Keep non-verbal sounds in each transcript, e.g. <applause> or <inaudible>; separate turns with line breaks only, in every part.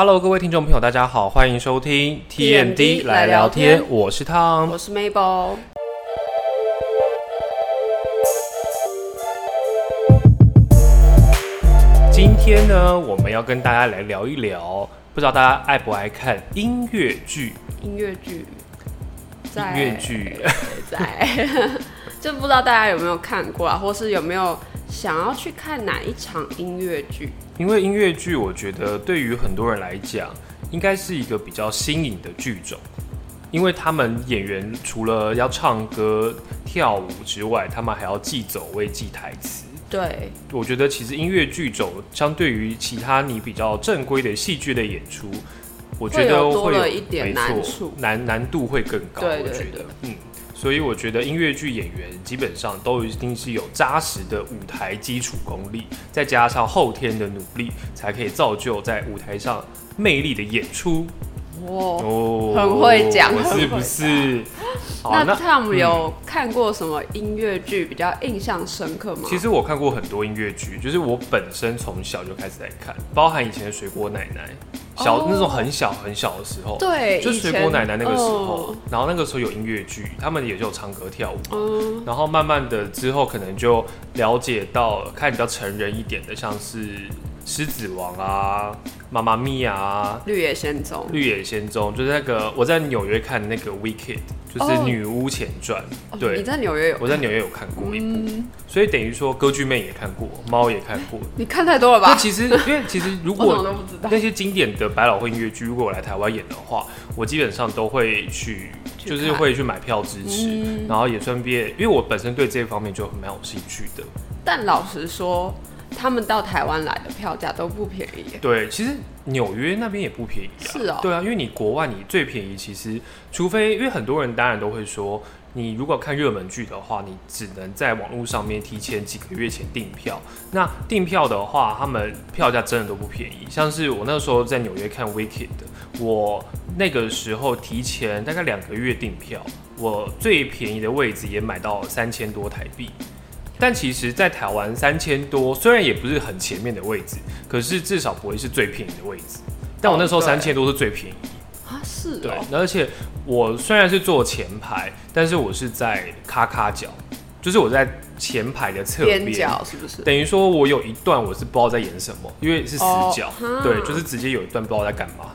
Hello，各位听众朋友，大家好，欢迎收听
TMD
来
来
聊
聊
天
天，
我是汤。
我是 Mabel。
今天呢，我们要跟大家来聊一聊，不知道大家爱不爱看音乐剧？
音乐剧，
音
在
乐剧 <laughs>
在， <laughs> 就不知道大家有没有看过啊，或是有没有想要去看哪一场音乐剧？
因为音乐剧，我觉得对于很多人来讲，应该是一个比较新颖的剧种，因为他们演员除了要唱歌、跳舞之外，他们还要记走位、记台词。
对，
我觉得其实音乐剧种相对于其他你比较正规的戏剧的演出，我觉
会
得
有多
会有
了一点
没
难
错
处
难难度会更高。
对对
我觉得
对，
嗯，所以我觉得音乐剧演员基本上都一定是有扎实的舞台基础功力，再加上后天的努力，才可以造就在舞台上魅力的演出。
哇，
哦，
很会讲
我是
很
不
会
是？好，
那
那
Tom 有看过什么音乐剧比较印象深刻吗？
其实我看过很多音乐剧，就是我本身从小就开始在看，包含以前的水果奶奶，小、
哦
那种很小很小的时候，
对，嗯
就
以
水
前哦
果奶奶那个时候，，然后那个时候有音乐剧，他们也就有唱歌跳舞，
嗯，
然后慢慢的之后可能就了解到看比较成人一点的，像是《狮子王》啊，《妈妈咪呀》啊，
绿野仙踪
《绿野仙踪》，就是那个我在纽约看那个《Wicked》，就是《
哦
女巫前传》
哦
对
你在纽约有？嗯
我在纽约有看过一部，所以等于说歌剧魅也看过，猫也看过。
你看太多了
那
吧？
其实，因为其实如
我怎么
果
都不知道。
那些经典的百老汇音乐剧，如果我来台湾演的话，我基本上都会去，
去
就是
看嗯
会去买票支持，然后也顺便，因为我本身对这方面就蛮有兴趣的。
但老实说，他们到台湾来的票价都不便宜耶。
对，其实纽约那边也不便宜啊。
是哦
对啊，因为你国外你最便宜，其实除非因为很多人当然都会说，你如果看热门剧的话，你只能在网络上面提前几个月前订票。那订票的话，他们票价真的都不便宜。像是我那时候在纽约看《Wicked》，我那个时候提前大概两个月订票，我最便宜的位置也买到三千多台币。但其实，在台湾三千多，虽然也不是很前面的位置，可是至少不会是最便宜的位置。但我那时候
哦对
三千多是最便宜，
啊，是
对
哦，。
而且我虽然是坐前排，但是我是在咔咔角，就是我在前排的侧
边
边。
角是不是？
等于说，我有一段我是不知道在演什么，因为是死
哦
角，
哈
对，就是直接有一段不知道在干嘛。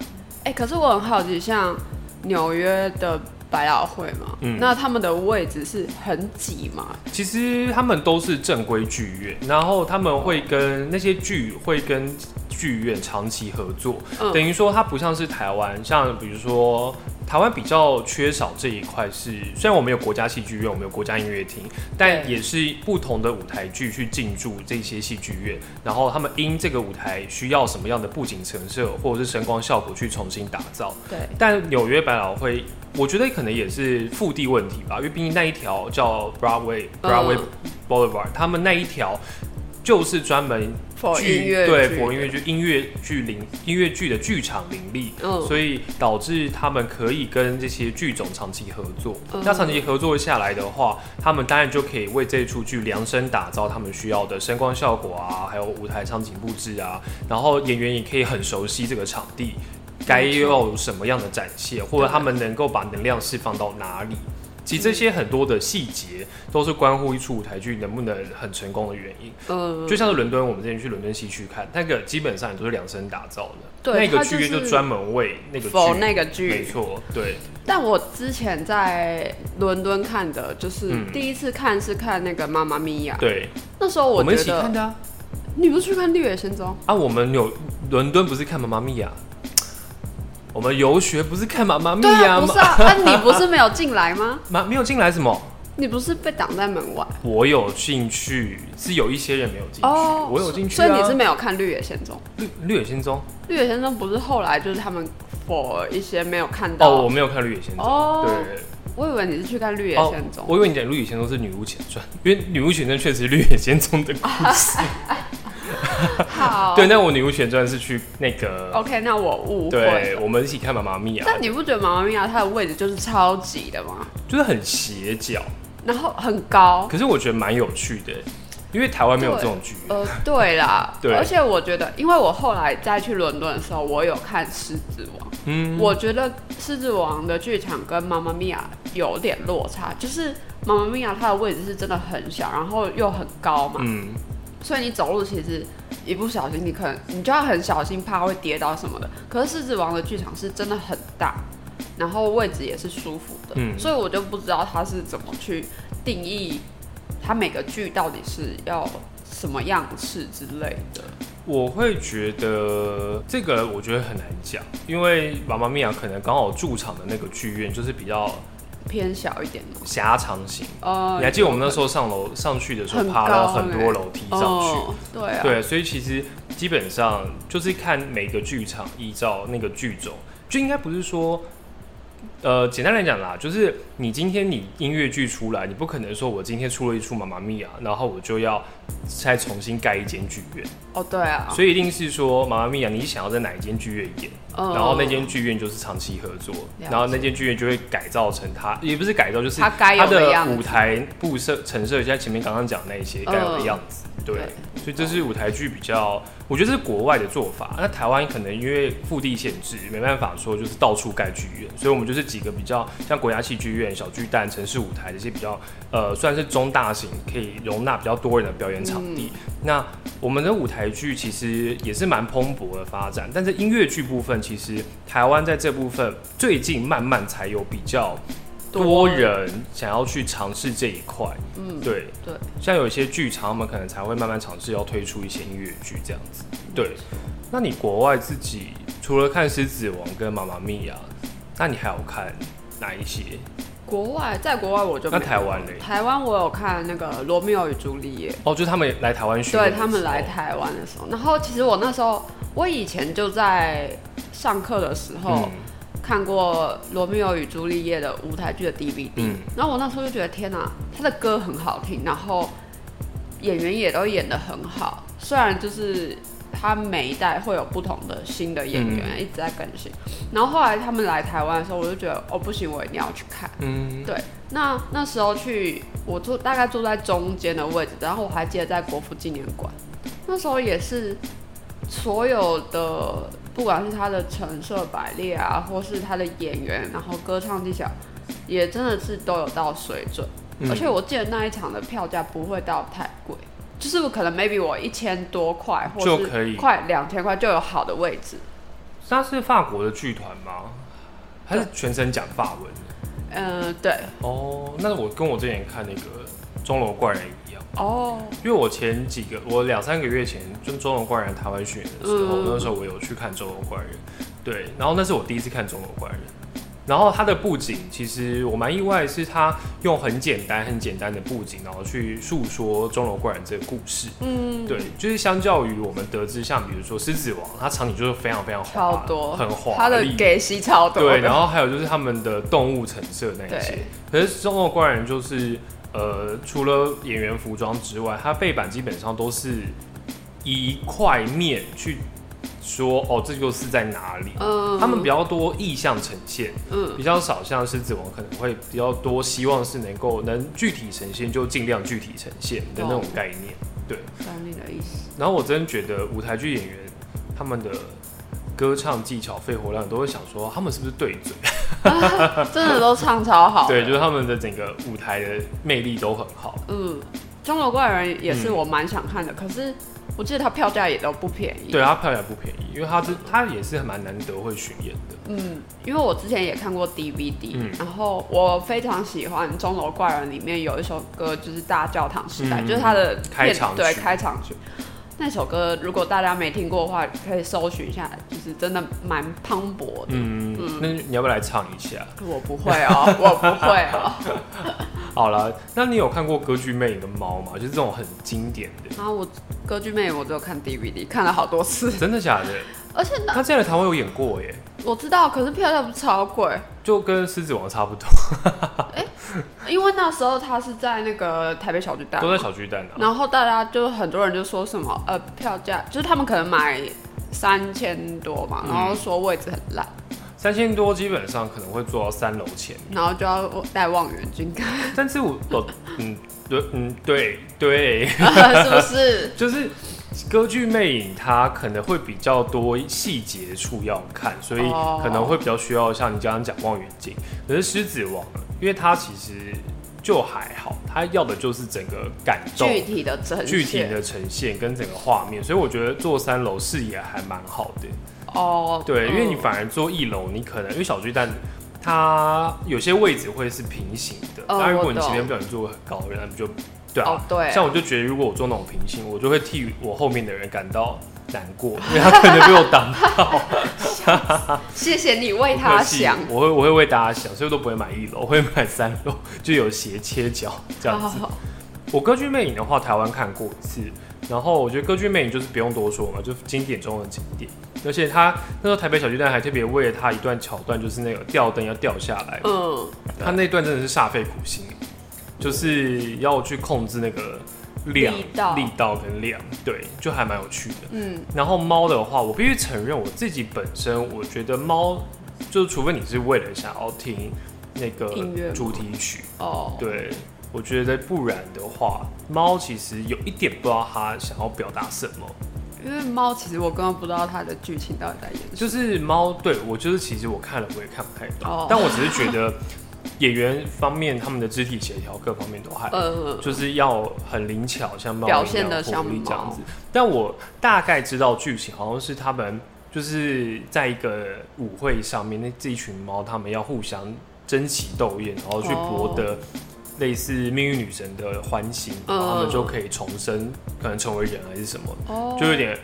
哎、可是我很好奇，像纽约的百老汇嘛，
嗯
那他们的位置是很挤嘛？
其实他们都是正规剧院，然后他们会跟那些剧会跟剧院长期合作，
嗯
等于说它不像是台湾，像比如说台湾比较缺少这一块是，虽然我们有国家戏剧院，我们有国家音乐厅，但
对
也是不同的舞台剧去进驻这些戏剧院，然后他们因这个舞台需要什么样的布景陈设或者是声光效果去重新打造，
对，
但纽约百老汇，我觉得可能也是腹地问题吧，因为毕竟那一条叫 Broadway
嗯
Broadway Boulevard，、他们那一条就是专门
For
剧
音乐
对
剧
佛音乐剧音乐剧林音乐剧的剧场林立，
嗯
所以导致他们可以跟这些剧种长期合作。
嗯
那长期合作下来的话，他们当然就可以为这出剧量身打造他们需要的声光效果啊，还有舞台场景布置啊，然后演员也可以很熟悉这个场地。该要有什么样的展现，或者他们能够把能量释放到哪里？其实
嗯
这些很多的细节都是关乎一出舞台剧能不能很成功的原因。
嗯、
就像是伦敦，我们之前去伦敦西区看，那个基本上也都是量身打造的，
对
那个
它就
剧院就是专门为那个
for
剧，
那个
没
剧。
错，对，
但我之前在伦敦看的，就是
嗯
第一次看是看那个《妈妈咪呀》，
对，
那时候
我们一
觉
起看
得
的啊，
你不是去看《绿野仙踪
啊我们有伦敦不是看妈妈咪呀，我们游学不是看妈妈》？咪
对啊，
呀
不
吗
是？啊，那、你不是没有进来吗？
妈没有进来什么？
你不是被挡在门外？
我有进去，是有一些人没有进去， <laughs> 我有进去、啊，
哦所以你是没有看《绿野仙踪》？
绿绿野仙踪
《绿野仙踪》不是后来就是他们 for 一些没有看到
哦，我没有看绿野仙踪，
哦
对。
我以为你是去看《绿
哦
野仙踪》
我以为你讲《绿野仙踪》是《女巫前传》，因为《女巫前传》确实是《绿野仙踪》的故事。
好，
<laughs> 对，那我《女巫前传》是去那个
，OK，那我误会
对，
了。
我们一起看《妈妈咪呀
但》，你不觉得妈妈咪啊呀它的位置就是超级的吗？
就是很斜角，
然后很高，
<laughs> 可是我觉得蛮有趣的。因为台湾没有这种剧。
呃，对啦，
对
而且我觉得，因为我后来再去伦敦的时候，我有看《狮子王》
嗯，
我觉得《狮子王》的剧场跟《妈妈咪呀》有点落差，就是《妈妈咪呀》它的位置是真的很小，然后又很高嘛，
嗯，
所以你走路其实一不小心，你可能你就要很小心，怕会跌倒什么的。可是《狮子王》的剧场是真的很大，然后位置也是舒服的，
嗯
所以我就不知道它是怎么去定义它每个剧到底是要什么样式之类的。
我会觉得这个我觉得很难讲，因为《妈妈咪呀》可能刚好驻场的那个剧院就是比较
偏小一点的，
狭长型。
哦，
你还记得我们那时候上楼上去的时候，
很
爬了
高欸
很多楼梯上去。
哦，对啊，
对，所以其实基本上就是看每个剧场依照那个剧种，就应该不是说，呃，简单来讲啦，就是你今天你音乐剧出来，你不可能说我今天出了一出《妈妈咪呀》，然后我就要再重新盖一间剧院，
哦，对啊，
所以一定是说《妈妈咪呀》你想要在哪一间剧院演，
嗯
然后那间剧院就是长期合作，
解
然后那间剧院就会改造成它，也不是改造，就是
它该有
它
的样子
舞台布设陈设，像前面刚刚讲的那一些该
嗯
有的样子，对。所以这是舞台剧比较，我觉得这是国外的做法。那台湾可能因为腹地限制，没办法说就是到处盖剧院，所以我们就是几个比较像国家戏剧院、小巨蛋、城市舞台这些比较呃，算是中大型，可以容纳比较多人的表演场地。那我们的舞台剧其实也是蛮蓬勃的发展，但是音乐剧部分，其实台湾在这部分最近慢慢才有比较多人想要去尝试这一块。
嗯，
对
对，
像有一些剧场，他们可能才会慢慢尝试要推出一些音乐剧这样子。
嗯
对，那你国外自己除了看《狮子王》跟《妈妈咪呀》，那你还有看哪一些？
国外在国外我就没
那
有
台湾嘞？
台湾我有看那个《罗密欧与朱丽叶》，
哦，就是他们来台湾巡演
对
的
他们
时候
来台湾的时候，然后其实我那时候我以前就在上课的时
嗯
候、看过《罗密欧与朱丽叶》的舞台剧的 DVD，、
嗯
然后我那时候就觉得天哪、他的歌很好听，然后演员也都演得很好，虽然就是他每一代会有不同的新的演
嗯
员、一直在更新，然后后来他们来台湾的时候，我就觉得哦不行，我一定要去看。
嗯
对，那那时候去，我坐大概坐在中间的位置，然后我还记得在国父纪念馆，那时候也是所有的，不管是他的陈设摆列啊，或是他的演员，然后歌唱技巧，也真的是都有到水准。
嗯，
而且我记得那一场的票价不会到太贵，就是我可能 maybe 我一千多块，或
就可以
是快两千块就有好的位置。
那是法国的剧团吗？还是全程讲法文？
嗯、对，
哦，那我跟我之前看那个《钟楼怪人》一样，
哦，
因为我前几个我两三个月前就《钟楼怪人》台湾巡演的时候，
嗯
那时候我有去看《钟楼怪人》，对，然后那是我第一次看《钟楼怪人》。然后它的布景，其实我蛮意外，是它用很简单、很简单的布景，然后去诉说钟楼怪人这个故事。
嗯，
对，就是相较于我们得知，像比如说《狮子王》，它场景就是非常非常华
超多，
很华丽，
他的给息超多的， <laughs>
对，然后还有就是他们的动物成色那一些
对。
可是中国怪人就是呃，除了演员服装之外，它背板基本上都是一块面去说哦，这就是在哪里。
嗯，
他们比较多意象呈现，
嗯，
比较少像狮子王可能会比较多，希望是能够能具体呈现就尽量具体呈现的那种
懂
概念。对，
懂你的
<laughs>
意思。
然后我真觉得舞台剧演员他们的歌唱技巧、肺活量都会想说他们是不是对嘴。
真的都唱超好。
对，就是他们的整个舞台的魅力都很好。
嗯，钟楼怪人也是我蛮想看的，可是我记得它票价也都不便宜。
对，，啊它票价不便宜，因为它是它也是蛮难得会巡演的。
嗯，因为我之前也看过 DVD，、
嗯
然后我非常喜欢《钟楼怪人》里面有一首歌，就是《大教堂时代》，
嗯
就是它的
开
片
场
对
曲
开场曲。那首歌如果大家没听过的话，可以搜寻一下，就是真的蛮磅礴的。
嗯，那你要不要来唱一下？
我不会哦，我不会哦。 <laughs>
好了，那你有看过《歌剧魅影》跟《猫》吗？就是这种很经典的，
然后我歌剧魅影我只有看 DVD，看了好多次，
<laughs> 真的假的？
而且那
他这样的台湾有演过耶，
我知道，可是票价不是超贵，
就跟《狮子王》差不多，
因为那时候他是在那个台北小巨蛋嘛，
都在小巨蛋啊。
然后大家就很多人就说什么呃票价，就是他们可能买三千多嘛，
嗯
然后说位置很烂，
三千多基本上可能会坐到三楼前， <laughs>
然后就要带望远镜看，
但是我我嗯，对，嗯，对对，
是不是？
就是歌剧《魅影》，它可能会比较多细节处要看，所以
哦
可能会比较需要像你刚刚讲望远镜。可是《狮子王》，因为它其实就还好，它要的就是整个感动。
具体的呈现，
具体的呈现跟整个画面，所以我觉得做三楼视野还蛮好的。
哦，
对，因为你
嗯
反而做一楼，你可能因为小巨蛋它有些位置会是平行的，
哦
那、如果
我
你
懂
前面不小心坐得很高，人家就对啊。
哦对啊
像我就觉得，如果我做那种平行，我就会替我后面的人感到难过，因为他可能被我
<laughs>
挡到。
谢谢你为
不
他
客气
想。
我会我会为大家想，所以我都不会买一楼，我会买三楼，就有斜切角这样子。
哦
我歌剧魅影的话，台湾看过一次，然后我觉得歌剧魅影就是不用多说嘛，就是经典中的经典。而且他那时候台北小巨蛋还特别为了他一段桥段，就是那个吊灯要掉下来，
<laughs> 嗯，
他那段真的是煞费苦心，就是要去控制那个量
力道
力道跟量，对，就还蛮有趣的。
嗯，
然后猫的话，我必须承认我自己本身，我觉得猫就是除非你是为了想要听那
音乐
个
吗
主题曲，
哦，
对，我觉得不然的话，猫其实有一点不知道它想要表达什么。
因为猫其实我根本不知道它的剧情到底在演什么。
就是猫，对我就是其实我看了我也看不太懂，
哦
但我只是觉得演员方面他们的肢体协调各方面都还
呃，
就是要很灵巧，像猫一样
表现得像
活力这样子
猫。
但我大概知道剧情，好像是他们就是在一个舞会上面，那这一群猫他们要互相争奇斗艳，然后去博得类似命运女神的欢心，
哦嗯
然后他们就可以重生，可能成为人还是什么，
哦，
就有点。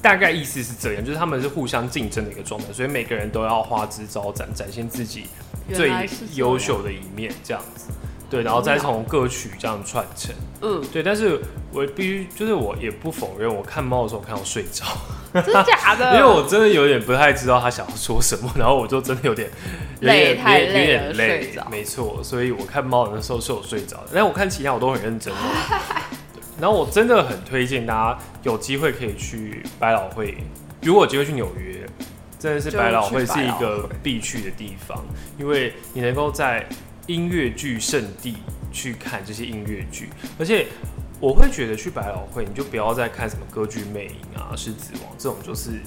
大概意思是这样，就是他们是互相竞争的一个状态，所以每个人都要花枝招展，展现自己最
原来是这样
优。秀的一面，这样子。对，然后再从歌曲这样串成。
嗯，
对，但是我必须就是我也不否认，我看猫的时候看到睡着，
真的假的？
<laughs> 因为我真的有点不太知道他想要说什么，然后我就真的有
<laughs>
点有
累
点
太
有点有
累了
点
睡
累
着，
没错，所以我看猫的时候是有睡着的，但我看其他我都很认真
<laughs>
的。对然后我真的很推荐大家有机会可以去百老汇，如果有机会去纽约，真的是
就
百老
去
汇
百
是一
老
个
汇
必去的地方，因为你能够在音乐剧圣地去看这些音乐剧，而且我会觉得去百老汇，你就不要再看什么歌剧《魅影》啊、《狮子王》这种，就是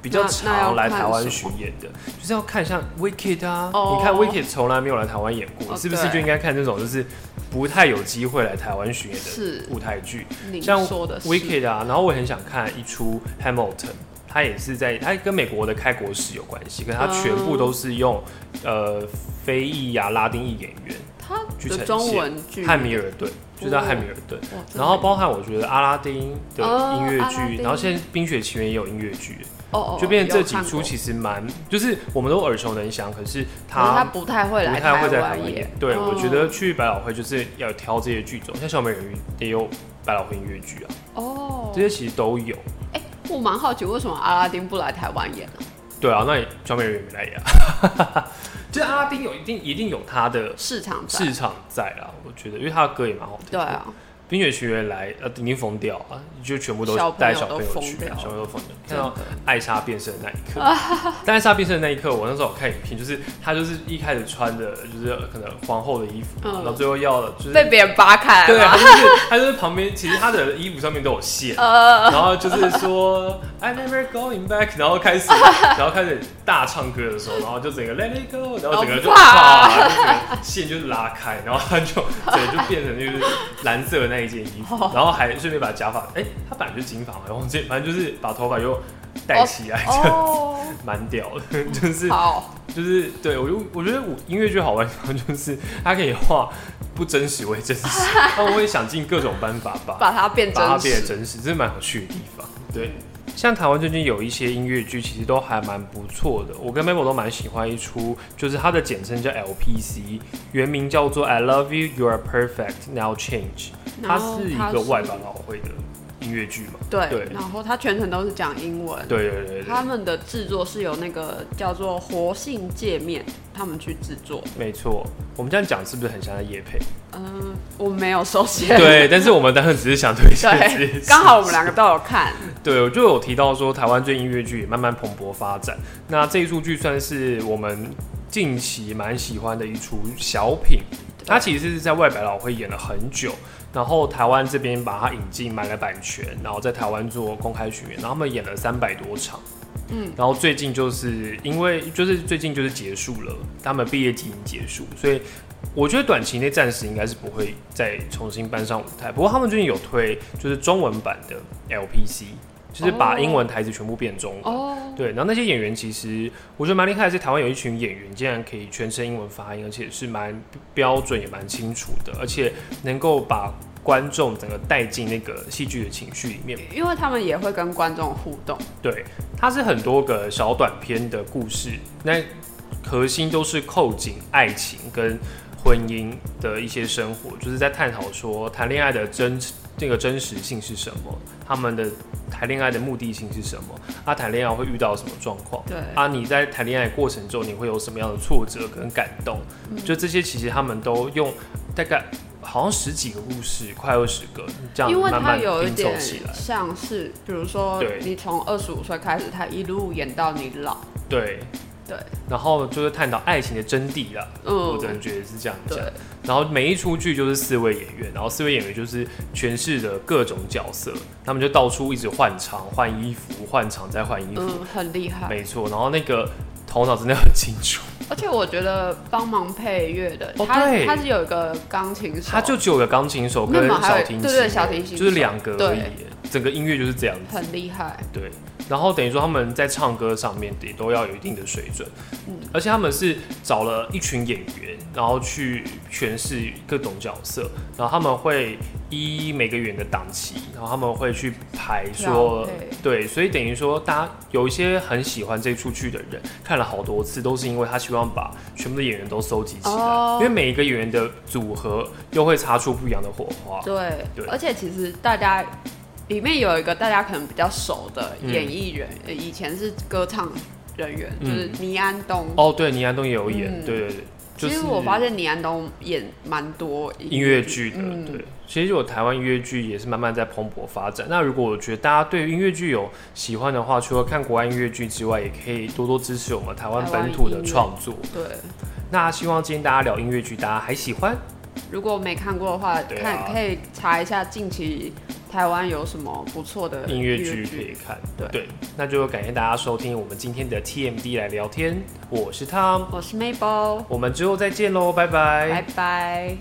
比较
那那要
常来
看
台湾
什
巡演的，就是要看像 Wicked 啊，
哦
你看 Wicked 从来没有来台湾演过，
哦
是不是
对
就应该看这种就是不太有机会来台湾巡演
是
的舞台剧？
你
像
说的是
Wicked 啊，然后我也很想看一出 Hamilton，它也是在它跟美国的开国史有关系，可是它全部都是用、呃非裔啊拉丁裔演员，
它
去呈现
的中文剧
汉密尔顿就叫汉密尔顿。
哇真的
然后包含我觉得阿拉丁的
哦
音乐
阿拉
剧，
丁
然后现在《冰雪奇缘》也有音乐剧，
哦哦，
就变成这几
有看
出
过
其实蛮，就是我们都耳熟能详，可是
可是它
它
哦不太
不
会来
太会在台
湾
湾演
演。。
对，
哦
我觉得去百老汇就是要挑这些剧种，像小美人鱼也有百老汇音乐剧啊，
哦
这，些其实都有。
哎，我蛮好奇为什么阿拉丁不来台湾演呢？
对啊，那你小美人鱼也没来演、啊， <laughs> 就是阿拉丁有一定一定有它的
市场在
市场在啦，我觉得，因为他的歌也蛮好听。
对。啊，
冰雪奇缘来，呃，已经疯掉啊，就全部都
小
是
朋友
带小朋友
都疯
去，
掉
小朋友都疯掉。看
真
到
的
艾莎变身的那一刻，但艾莎变身的那一刻，我那时候有看影片，就是她就是一开始穿的就是可能皇后的衣服嘛，然
嗯
后最后要了就是
被别人扒开
对
来
啊，
了。
她就是她就是旁边其实她的衣服上面都有线， <laughs>
呃，
然后就是
<laughs>
说 I never going back，然后开始，然后开始大唱歌的时候，然后就整个 Let it go，然后整个就
好怕
啪，就整个线就拉开，然后他就整个就变成就是蓝色的那一件衣服，
哦
然后还顺便把假发，哎、他本来就是金发嘛，忘记，反正就是把头发又戴起来，这样
哦，
蛮屌的， <laughs> 就是
好，
就是对我就我觉得我音乐剧好玩的地方就是它可以化不真实为真
<laughs>
实，他们会想尽各种办法把
把它变
把它
真
变得
实。
真实，这是蛮有趣的地方。对，像台湾最近有一些音乐剧，其实都还蛮不错的。我跟 Mabel 都蛮喜欢一出，就是它的简称叫 LPC，原名叫做 I Love You, You Are Perfect, Now Change。它
然后
是一
它
个外百老汇的音乐剧嘛？
对
对，
然后它全程都是讲英文。
对对对对
他们的制作是由那个叫做活性界面他们去制作。
没错。我们这样讲是不是很像在夜配？
嗯，我没有收
<laughs>
钱。
对，但是我们当时只是想推荐这件
对，
事
刚好我们两个都有看。
对，我就有提到说，台湾最近音乐剧也慢慢蓬勃发展。那这一出剧算是我们近期蛮喜欢的一出小品，它其实是在外百老汇演了很久，然后台湾这边把它引进，买了版权，然后在台湾做公开巡演，然后他们演了三百多场。嗯，然后最近就是因为就是最近就是结束了，他们毕业季已经结束，所以我觉得短期内暂时应该是不会再重新搬上舞台。不过他们最近有推就是中文版的 LPC，就是把
哦
英文台词全部变中文。
哦，
对，然后那些演员其实我觉得蛮厉害，是台湾有一群演员竟然可以全程英文发音，而且是蛮标准也蛮清楚的，而且能够把观众整个带进那个戏剧的情绪里面。
因为他们也会跟观众互动，
对，它是很多个小短片的故事，那核心都是扣紧爱情跟婚姻的一些生活，就是在探讨说谈恋爱的真这个真实性是什么，他们的谈恋爱的目的性是什么，他谈恋爱会遇到什么状况。
对，
啊，你在谈恋爱过程中，你会有什么样的挫折跟感动？
嗯
就这些，其实他们都用大概好像十几个故事，快二十个这样
因为
慢
它
慢
有一
拼凑
点
起来。
像是，比如说
对
你从二十五岁开始，他一路演到你老，
对
对，
然后就是探讨爱情的真谛啦。我只
嗯，
能觉得是这样讲。
对，
然后每一出剧就是四位演员，然后四位演员就是诠释着各种角色，他们就到处一直换场、换衣服、换场再换衣服。
嗯，很厉害。
没错，然后那个头脑真的很清楚，
而且我觉得帮忙配乐的，
哦
他
对
他是有一个钢琴手，
他就只有个钢琴手跟
那么还
小
有
提琴，
对对小提琴
就
手
是两个而已耶，整个音乐就是这样子。
很厉害，
对，然后等于说他们在唱歌上面也都要有一定的水准，
嗯
而且他们是找了一群演员，然后去诠释各种角色，然后他们会依每个演员的档期，然后他们会去排
调
说
配，
对，所以等于说大家有一些很喜欢这出剧的人，看了好多次，都是因为他希望把全部的演员都收集起来，
哦
因为每一个演员的组合又会擦出不一样的火花，
啊对，
对
而且其实大家里面有一个大家可能比较熟的
嗯
演艺人，呃以前是歌唱人员，
嗯
就是倪安东。
哦，对，倪安东也有演，
嗯
对对对。就
其
是
实我发现倪安东演蛮多
音乐剧的，
嗯
对。其实我台湾音乐剧也是慢慢在蓬勃发展。那如果我觉得大家对音乐剧有喜欢的话，除了看国外音乐剧之外，也可以多多支持我们台湾
台湾
本土
音
的
乐
创作。
对，
那希望今天大家聊音乐剧，大家还喜欢？
如果没看过的话，
对啊
看可以查一下近期台湾有什么不错的
音乐剧可以。看。
对
那就感谢大家收听我们今天的 TMD 来聊天。我是 Tom，
我是 Mabel，
我们之后再见喽，拜拜
拜拜。